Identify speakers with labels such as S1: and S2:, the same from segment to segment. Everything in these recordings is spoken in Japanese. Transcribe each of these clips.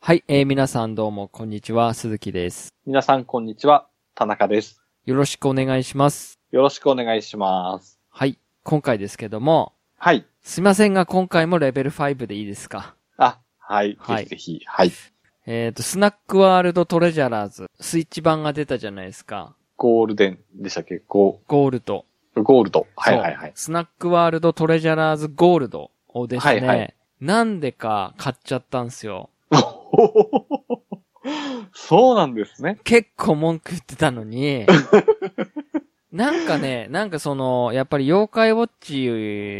S1: はい、えー皆さんどうも、こんにちは、鈴木です。
S2: 皆さん、こんにちは。田中です。
S1: よろしくお願いします。
S2: よろしくお願いします。
S1: はい、今回ですけども、
S2: はい。
S1: すいませんが、今回もレベル5でいいですか。
S2: あ、はい。
S1: は
S2: ぜ
S1: い
S2: ひぜひ。はい。
S1: えっ、と、スナックワールドトレジャラーズ、スイッチ版が出たじゃないですか。
S2: ゴールデンでしたっけゴ
S1: ゴールド。
S2: ー、ゴールド。はい
S1: そう
S2: はいはい。
S1: スナックワールドトレジャラーズゴールドをですね、
S2: はいはい
S1: なんでか買っちゃったんですよ。
S2: そうなんですね。
S1: 結構文句言ってたの に、なんかね、なんかその、やっぱり妖怪ウォッ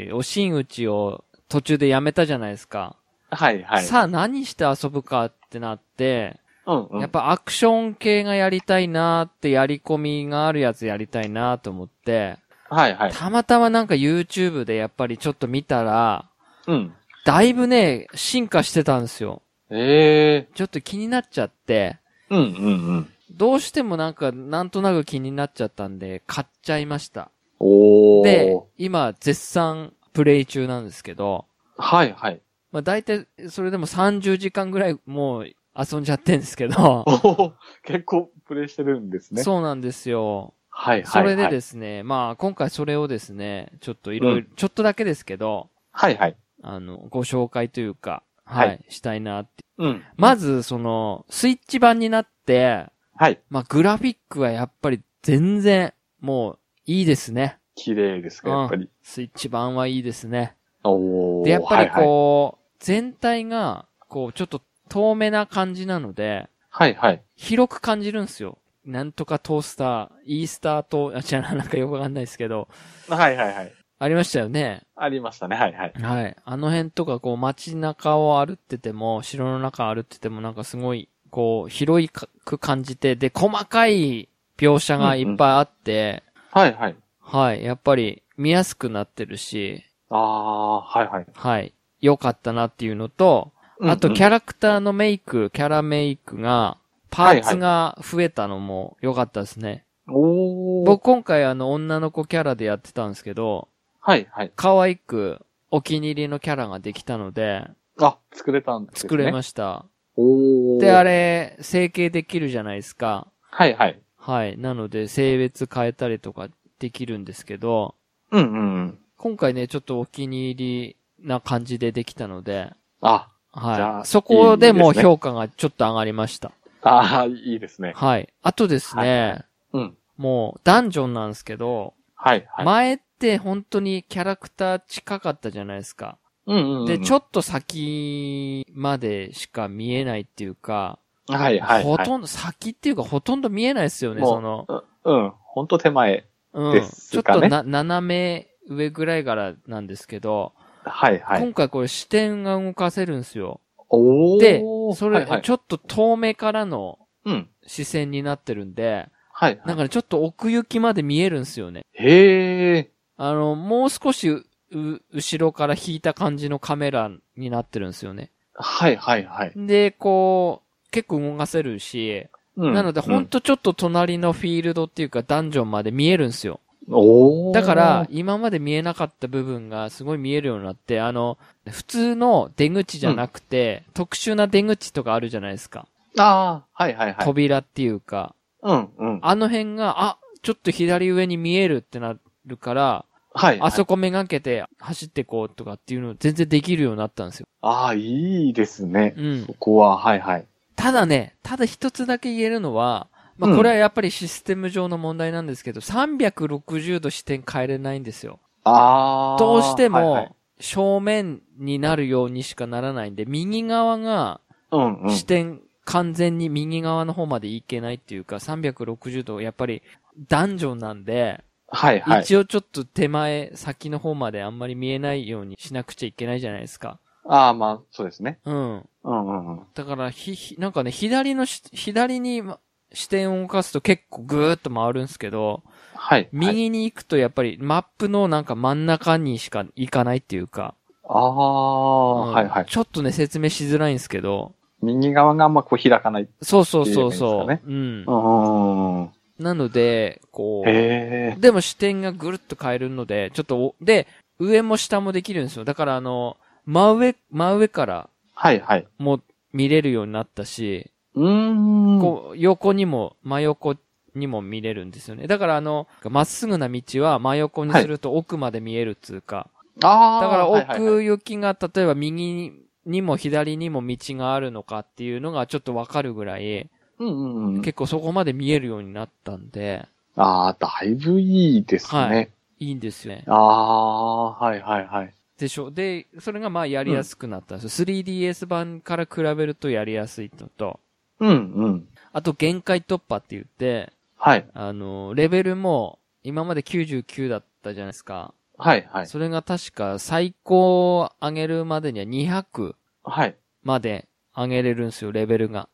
S1: チを、真打ちを途中でやめたじゃないですか。
S2: はいはい。
S1: さあ何して遊ぶかってなって、
S2: うんうん。
S1: やっぱアクション系がやりたいなーってやり込みがあるやつやりたいなーと思って、
S2: はいはい。
S1: たまたまなんか YouTube でやっぱりちょっと見たら、
S2: うん。
S1: だいぶね、進化してたんですよ。
S2: ええ
S1: ちょっと気になっちゃって、
S2: ー。うんうんうん。
S1: どうしてもなんか、なんとなく気になっちゃったんで、買っちゃいました。
S2: おー。
S1: で、今、絶賛プレイ中なんですけど、
S2: はいはい。
S1: まあ大体、それでも30時間ぐらいもう遊んじゃってんですけど
S2: お、ー結構プレイしてるんですね。
S1: そうなんですよ。
S2: はいは
S1: そ
S2: いはい。。
S1: れでですすね、まあ今回それをですね、ちょっといろいろ、ちょっとだけですけど、
S2: はいはい。
S1: あの、ご紹介というか、はい、
S2: は
S1: したいなって。
S2: うん。
S1: まず、その、スイッチ版になって、
S2: はい。
S1: まあグラフィックはやっぱり全然、もう、いいですね。
S2: 綺麗ですか、やっぱり。
S1: スイッチ版はいいですね。
S2: おー。
S1: で、やっぱり
S2: はいはい
S1: こう、全体が、こう、ちょっと透明な感じなので、
S2: はいはい。
S1: 広く感じるんですよ。なんとかトースター、イースターと、あ、違うな、なんかよくわかんないですけど、
S2: はいはいはい。
S1: ありましたよね。
S2: ありましたね。はいはい。
S1: はい。あの辺とか、こう、街中を歩ってても、城の中歩ってても、なんかすごい、こう、広いかく感じて、で、細かい描写がいっぱいあって、
S2: はいはい。
S1: はい。やっぱり、見やすくなってるし、
S2: ああ、はいはい。
S1: はい。良かったなっていうのと、あと、キ
S2: ャ
S1: ャラクターのメイク、キャラメイクが、パーツが増えたのも良かったですね。
S2: おー。
S1: 僕今回あの女の子キャラでやってたんですけど、
S2: はいはい。
S1: 可愛くお気に入りのキャラができたので、
S2: あ、作れたんですね。
S1: 作れま
S2: し
S1: した。
S2: た。おー。
S1: で、あ。れ、整形できるじゃないですか。
S2: はいはい。
S1: はい。なので、性別変えたりとかできるんですけど、
S2: うんうんうん。
S1: 今回ね、ちょっとお気に入りな感じでできたので、
S2: あ、じゃ
S1: は
S2: あ
S1: い。そこでも
S2: いいうですね
S1: 評価がちょっと上がりました。
S2: ああ、いいですね。
S1: はい。あとですね、
S2: うん。
S1: もう、ダンジョンなんですけど、
S2: はいはい。
S1: 前って本当にキャラクター近かったじゃないですか。
S2: うんうんうん。
S1: で、ちょ
S2: っ
S1: っと先までしか見えないっていうか、
S2: と。はいはい。
S1: ほとんど、先っていうかほとんど見えないですよね、
S2: もう
S1: その、
S2: うん。ほんと手前。
S1: うん。
S2: で
S1: ちょ
S2: す
S1: っと
S2: かね
S1: な、斜め上ぐらいからなんですけど、
S2: はいはい。
S1: 今回これ視点が動かせるんですよ。
S2: おー。
S1: で、それ、
S2: はいはい
S1: ちょっと遠目からの
S2: うん。
S1: 視線になってるんで、
S2: はい
S1: なん
S2: はい。
S1: かね、ちょっと奥行きまで見えるんですよね。
S2: へー。
S1: あの、もう少しう、う後ろから引いた感じのカメラになってるんですよね。
S2: はいはいはい。
S1: で、こう、結構動かせるし、
S2: うん
S1: なので、ほんと
S2: と。
S1: ちょっと隣のフィールドっていうか、ダンジョンまで見えるんですよ。
S2: おー。
S1: だから、、今まで見えなかった部分がすごい見えるようになって、あの、普通の出口じゃなくて、特殊な出口とかあるじゃないですか。
S2: ああ、はいはいはい。
S1: 扉っていうか、
S2: うんうん。
S1: あの辺が、あ、ちょっと左上に見えるってなるから、
S2: はい。
S1: あそこめがけて走ってこうとかっていうのを全然できるようになったんですよ。
S2: ああ、いいですね。
S1: うん
S2: そ。こは、はいはい。
S1: ただね、ただ一つだけ言えるのは、ま
S2: う
S1: あ
S2: ん
S1: これはやっぱりシステム上の問題なんですけど、360度視点変えれないんですよ。
S2: ああ。
S1: どうして
S2: はいはい
S1: も、正面になるようにしかならないんで、右側が
S2: うんうん。
S1: 視点完全に右側の方までいけないっていうか、360度やっぱりダンジョンなんで、
S2: はいはい。
S1: 一応ちょっと手前、先の方まであんまり見えないようにしなくちゃいけないじゃないですか。
S2: ああ、まあ、そうですね。
S1: うん。
S2: うんうんうん。
S1: だから、ひ、ひなんかね、左のし、左に、ま視点を動かすと結構ぐーっと回るんですけど、
S2: はい。はい、
S1: 右に行くとやっぱりマップのなんか真ん中にしか行かないっていうか、
S2: ああ、
S1: うん
S2: はいはい。
S1: ちょっとね、説明しづらいんですけど、
S2: 右側があんまこう開かない。
S1: そうそうそう
S2: 言
S1: そ
S2: え
S1: う、
S2: ばいいん
S1: うん
S2: う。んうんうんうん。
S1: なので、こう、
S2: へえ。
S1: でも視点がぐるっと変えるので、ちょっとお、で、上も下もできるんですよ。だからあの、真上、真上から
S2: はいはい。
S1: も見れるようになったし、
S2: うーん。
S1: こう、横にも、真横にも見れるんですよね。だからあの、まっすぐな道は真横にすると奥まで見えるっつうか、
S2: ああ。
S1: だから
S2: はいはいは
S1: 奥
S2: い
S1: 行きが、例えば右にも左にも道があるのかっていうのがちょっとわかるぐらい、
S2: うんうんうん。
S1: 結構そこまで見えるようになったんで、
S2: ああ、だいぶいいですね。
S1: はいいいんですよね。
S2: ああ、はいはいはい。
S1: でしょ。で、それがまあやりやすくなったんですよ。3DS 版から比べるとやりやすいのと、
S2: うんうん。
S1: あと限界突破って言って、
S2: はい。
S1: あの、レベルも今まで99だったじゃないですか。
S2: はいはい。
S1: それが確か最高上げるまでには200
S2: はい。
S1: まで上げれるんですよ、レベルが。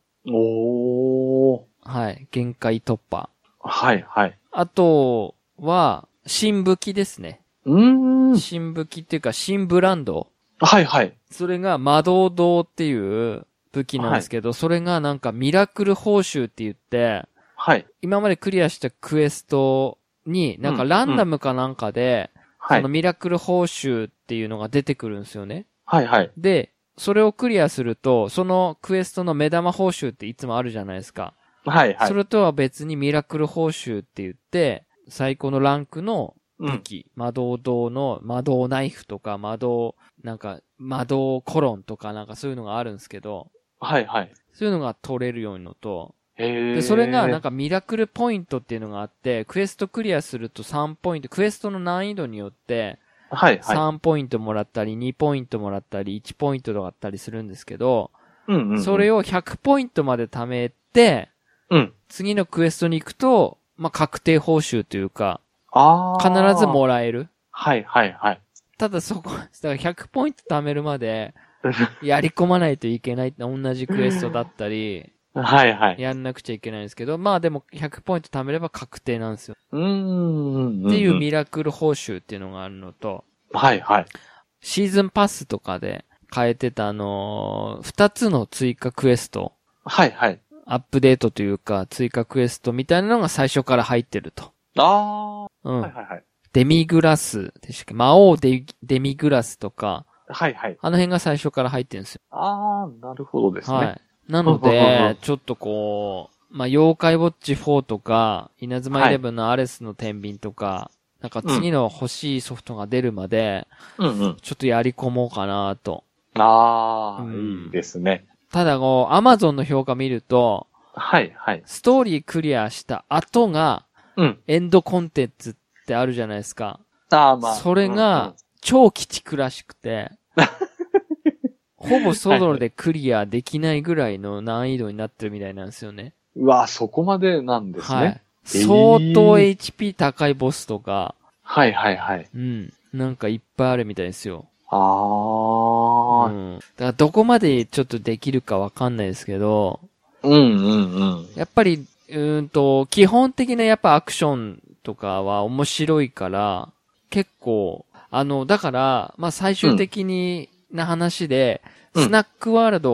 S2: おー。
S1: はい。限界突破。
S2: はいはい。
S1: あとは、新武器ですね。
S2: うーん。
S1: 新武器っていうか、新ブランド。
S2: はいはい。
S1: それが魔導堂っていう武器なんですけど、それがなんかミラクル報酬って言って、
S2: はい。
S1: 今までクリアしたクエストに、なんか
S2: うん
S1: ランダムかなんかで、
S2: は
S1: その
S2: い。
S1: ミラクル報酬っていうのが出てくるんですよね。
S2: はいはい。
S1: で、それをクリアすると、そのクエストの目玉報酬っていつもあるじゃないですか。
S2: はいはい。
S1: それとは別にミラクル報酬って言って、最高のランクの
S2: う
S1: 武
S2: ん。
S1: 器、魔導刀の魔導ナイフとか魔導、なんか魔導コロンとかなんかそういうのがあるんですけど、
S2: はいはい。
S1: そういうのが取れるようにのと、
S2: へえ。
S1: で、それがなん
S2: か、
S1: かミラクルポイントっていうのがあって、クエストクリアすると3ポイント、クエストの難易度によって
S2: はいはい。
S1: 3ポイントもらったり、2ポイントもらったり、1ポイントとかあったりするんですけど、
S2: うんうん。
S1: それ
S2: を、
S1: を100ポイントまで貯めて、
S2: うん。
S1: 次のクエストに行くと、まあ、確定報酬というか、
S2: ああ。
S1: 必ずもらえる。
S2: はいはいはい。
S1: ただそこ、 だから100ポイント貯めるまで、やり込まないといけない、同じクエストだったり、
S2: はいはい。
S1: やんなくちゃいけないんですけど、まあでも100ポイント貯めれば確定なんですよ。
S2: うーん。
S1: っていう
S2: うん
S1: ミラクル報酬っていうのがあるのと、
S2: はいはい。
S1: シーズンパスとかで変えてたあのー、2つの追加クエスト、
S2: はいはい。
S1: アップデートというか追加クエストみたいなのが最初から入ってると。
S2: あ
S1: う
S2: あ。
S1: ん。
S2: はいはいはい。
S1: デミグラスでしたっけ魔王デデミグラスとか、
S2: はいはい。
S1: あの辺が最初から入ってるんですよ。
S2: ああ、なるほどですね。
S1: はい。なの
S2: ほうほうほう
S1: で、ちょっとこう、まあ、妖怪ウォッチ4とか、稲妻イレブンのアレスの天秤とか、なんか次の欲しいソフトが出るまで、
S2: うんうん。
S1: ちょっとやり込もうかなと。
S2: ああ、
S1: うん
S2: いいですね。
S1: ただこう、アマゾンの評価見ると、
S2: はいはい。
S1: ストーリークリアした後が、
S2: うん。
S1: エンドコンテンツってあるじゃないですか。
S2: ああまあ。
S1: それが、超鬼畜らしく て、ほぼソロでクリアできないぐらいの難易度になってるみたいなんですよね。
S2: うんうん、うわ、そこまでなんです
S1: は
S2: ね。
S1: い。
S2: えー
S1: 相当 HP 高いボスとか、
S2: はい、はい、はいはい。
S1: うん。なんかいっぱいあるみたいですよ。
S2: あ
S1: う
S2: あ、
S1: ん。だからどこまでちょっとできるかわかんないですけど、
S2: うん、うん、うん。
S1: やっぱり、うーんと、基本的なやっぱアクションとかは面白いから、結構、あの、だから、まあ最終的にな話で、
S2: うん
S1: スナックワールド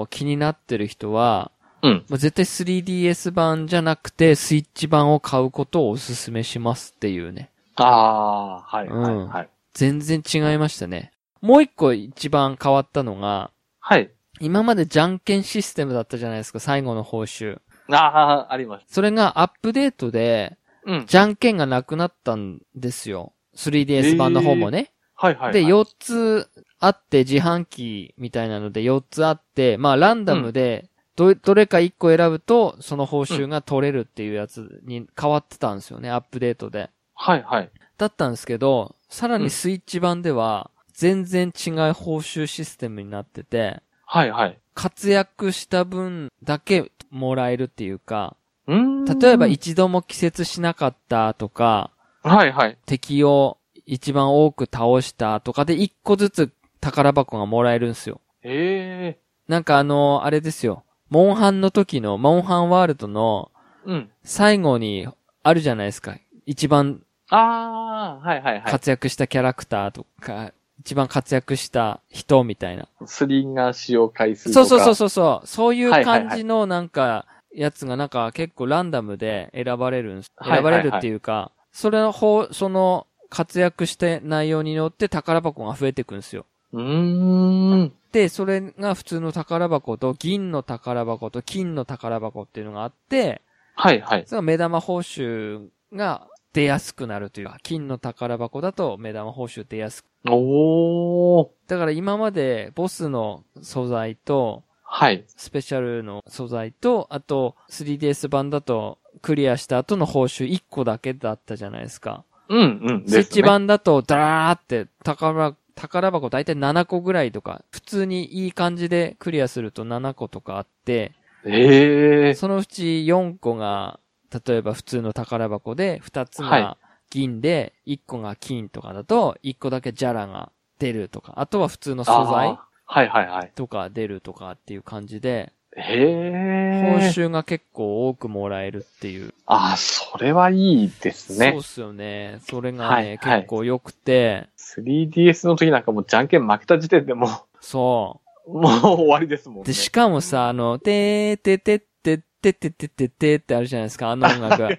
S1: を気になってる人は、
S2: うん。
S1: もう絶対 3DS 版じゃなくて、スイッチ版を買うことをお勧めしますっていうね。
S2: ああー、はい、
S1: うん
S2: はい、はい。
S1: 全然違いましたね。もう一個一番変わったのが、
S2: はい。
S1: 今までじゃんけんシステムだったじゃないですか、最後の報酬。
S2: ああ、あります。
S1: それがアップデートで、
S2: うん。
S1: じゃんけんがなくなったんですよ。3DS 版の方もね。
S2: はい、はい。
S1: で、
S2: はい、
S1: 4つあって、自販機みたいなので4つあって、まあランダムで、ど、どれか1個選ぶと、その報酬が取れるっていうやつに変わってたんですよね、アップデートで。
S2: はい、はい。
S1: だったんですけど、さら
S2: う
S1: に
S2: ん
S1: スイッチ版では、全然違う報酬システムになってて、
S2: はい、はい。
S1: 活躍した分だけもらえるっていうか、
S2: うーん。
S1: 例えば、一度も季節しなかったとか、
S2: はい、はい。
S1: 敵を一番多く倒したとかで一個ずつ宝箱がもらえるんですよ。
S2: ええ
S1: なんかあの、あれですよ。モンハンの時の、モンハンワールドの
S2: うん。
S1: 最後にあるじゃないですか。一番
S2: ああ、はい、はい、はい。
S1: 活躍したキャラクターとか、一番活躍した人みたいな。
S2: スリンガー使用回数と
S1: そう
S2: か。
S1: そうそうそ
S2: う。
S1: うそう。そういう
S2: はいはいはい
S1: 感じのなんか、やつがなんか結構ランダムで選ばれるんです。
S2: はいはい
S1: 選ば
S2: はい
S1: れるっていうか、それの方、その活躍して内容によって宝箱が増えていくんですよ。
S2: うーん。
S1: で、それが普通の宝箱と、銀の宝箱と、金の宝箱っていうのがあって、
S2: はいはい。
S1: その目玉報酬が出やすくなるというか、金の宝箱だと目玉報酬出やすく。
S2: おー。
S1: だから今までボスの素材と、
S2: はい。
S1: スペシャルの素材と、あと 3DS 版だとクリアした後の報酬1個だけだったじゃないですか。
S2: うんうん。です
S1: スイ
S2: ね
S1: ッチ。版だとダラーって宝箱、宝箱大体7個ぐらいとか、普通にいい感じでクリアすると7個とかあって、
S2: ええ。
S1: そのうち4個が、例えば普通の宝箱で、2つが
S2: は
S1: 銀で、1個が金とかだと、1個だけジャラが出るとか、あとは普通の素材
S2: あーはいはいはい。
S1: とか出るとかっていう感じで、報
S2: へえ。
S1: 酬が結構多くもらえるっていう。
S2: あー、それはいいです
S1: そう
S2: ね
S1: っ。すよね。それが
S2: は
S1: ね、
S2: いはい
S1: 結構良くて、
S2: 3DS の時なんかもうじゃんけん負けた時点でも
S1: そう。
S2: う、もう終わりですもんね。
S1: で、しかもさ、あの、てーてーてーてーてーてーてーてーてーってあるじゃないですか、あの音 楽。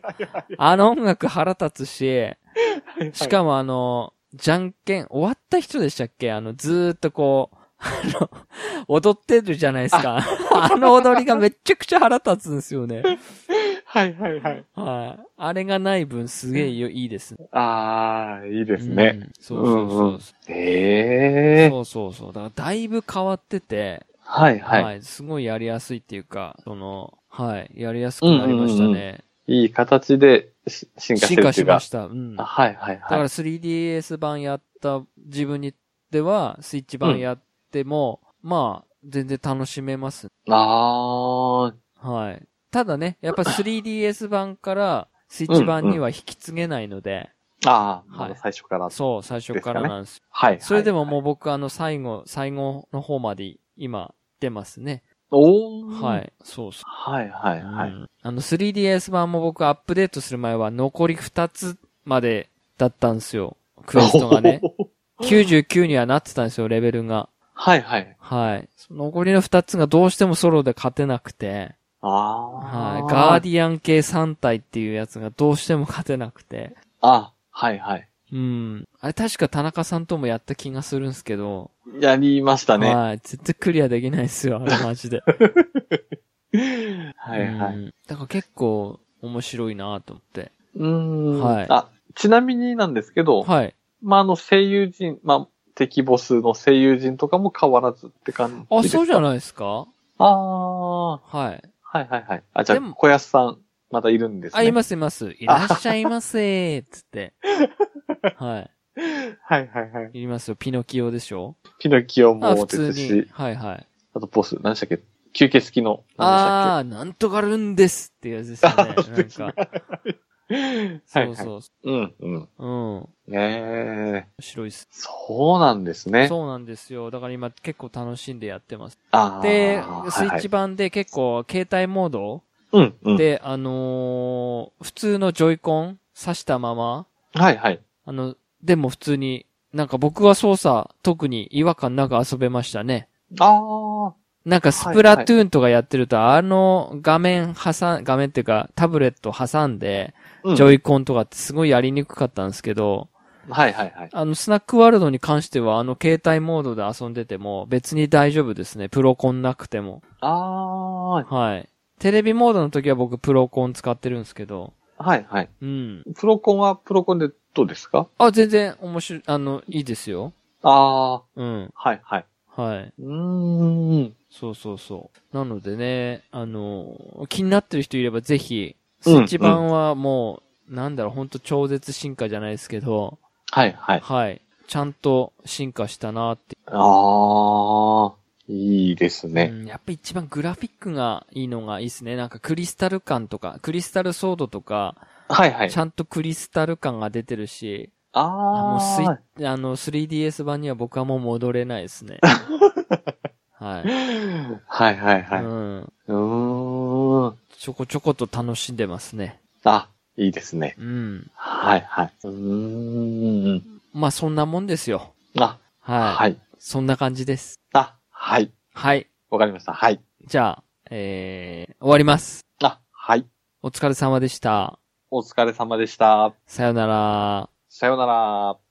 S1: あの音楽腹立つし、しかもあの、じゃんけん、終わった人でしたっけあの、ずーっとこう、あの、踊ってるじゃないですか。あの踊りがめっちゃくちゃ腹立つんですよね。
S2: はいはいはい。
S1: はい。あれがない分すげえよいいですね。
S2: あー、いいですね。
S1: うんそうそうそう。
S2: うんうんええ。
S1: そうそうそう。だからだいぶ変わってて、
S2: はい
S1: はい、
S2: はい。
S1: すごいやりやすいっていうか、その、はい、やりやすくなりましたね。
S2: うんうんういい形でし進化し
S1: 進
S2: てる
S1: 化
S2: ってい
S1: し
S2: うか。
S1: ました。うん。だか
S2: はいはい
S1: ら
S2: はい。
S1: 3DS 版やった自分にでは、スイッチ版やっても、まあ、全然楽しめます。
S2: あー、
S1: はい。ただね、やっぱ 3DS 版から、スイッチ版には引き継げないので、
S2: あー、
S1: はい
S2: まだ最初から。
S1: そう、最初からなんです。
S2: はいはい。
S1: それでももう僕、あの、最後、最後の方まで今、出ますね。
S2: おー。
S1: は。い。そうそう。
S2: はいはいは
S1: う
S2: い。
S1: んあの、3DS 版も僕アップデートする前は残り2つまでだったんですよ。クエストがね。
S2: おー。
S1: 99にはなってたんですよ、レベルが。
S2: はいはい。
S1: はい。その残りの2つがどうしてもソロで勝てなくて、
S2: あ
S1: は
S2: ー。
S1: い。ガー
S2: ィ
S1: ディアン系3体っていうやつがどうしても勝てなくて、
S2: あ、はいはい。
S1: うん。あれ確か田中さんともやった気がするんですけど、
S2: やりましたね。
S1: はい。絶対クリアできないですよ、あ れマジで。
S2: はいは
S1: う
S2: い。
S1: んだから結構面白いなと思って。
S2: うーん。
S1: はい
S2: あ、ちなみになんですけど、
S1: はい。
S2: まあ、あの、声優陣、まあ、敵ボスの声優陣とかも変わらずって感じ
S1: あ、
S2: です
S1: そうじゃ
S2: い
S1: ないですか
S2: あー
S1: はい。
S2: はいはいはい。あ、じゃ
S1: で
S2: あ
S1: も、
S2: 小安さん、またいるんですね。
S1: あ、いますいます。いらっしゃいませーっつって。はい。
S2: はいはいはい。
S1: いりますよ。ピノキオでしょ
S2: ピノキオ
S1: あ、
S2: も
S1: 普
S2: で
S1: 通
S2: す
S1: に
S2: し。、
S1: はいはい。
S2: あとボス、何でしたっけ吸血鬼の、何
S1: あー、なんとかるんですっていうやつ ですよね。
S2: でした
S1: なん
S2: っけ
S1: か。
S2: なんか。はい
S1: そう
S2: はい。
S1: そう。
S2: うんうん。
S1: うん。面
S2: ねえ。
S1: 白いっす。
S2: そうなんですね。
S1: そうなんですよ。だから今結構楽しんでやってます。
S2: ああ。
S1: で
S2: はいは、い
S1: スイッチ版で結構携帯モード
S2: うんうん。
S1: で、あのー普通のジョイコン挿したまま、
S2: はいはい。
S1: あの、でも普通に、なんか僕は操作特に違和感なく遊べましたね。
S2: あ
S1: なんかスプラトゥーンとかやってると、あの画面挟ん、画面っていうかタブレット挟んで、
S2: あ。
S1: ジョイコンとかってすごいやりにくかったんですけど、
S2: はいはいはい。
S1: あのスナックワールドに関してはあの携帯モードで遊んでても別に大丈夫ですね。プロコンなくても。
S2: あ
S1: はい。テレビモードの時は僕プロコン使ってるんですけど、
S2: あ。はいはい。
S1: うん。
S2: プロコンはプロコンでどうですか
S1: あ、全然面白い、あの、いいですよ。
S2: ああ。
S1: うん。
S2: はいはい。
S1: はい。
S2: うーん。
S1: そうそうそう。なのでね、あの、気になってる人いればぜひ、スイッチ版はもう、なんだろう、ほんと超絶進化じゃないですけど、
S2: はいはい。
S1: はい。ちゃんと進化したなって。
S2: ああ。いいですね。
S1: うん、やっぱ一番グラフィックがいいのがいいですね。なんかクリスタル感とか、クリスタルソードとか、
S2: はいはい
S1: ち。ゃんとクリスタル感が出てるし、
S2: あ
S1: あもうスイ
S2: あ。
S1: ッあの、3DS 版には僕はもう戻れないです ね。はい。。
S2: はいはいはいう
S1: ん。
S2: うーん。
S1: ちょこちょこと楽しんでますね。
S2: あ、いいですね。
S1: うん。
S2: はいはい。うーん。
S1: まあそんなもんですよ。
S2: あ、
S1: はい。
S2: はい。
S1: そんな感じです。
S2: あ、はい。
S1: はい。
S2: わかりました。はい。
S1: じゃあ、えー、終わります。
S2: あ、はい。
S1: お疲れ様でした。
S2: お疲れ様でした。
S1: さよなら。
S2: さようなら。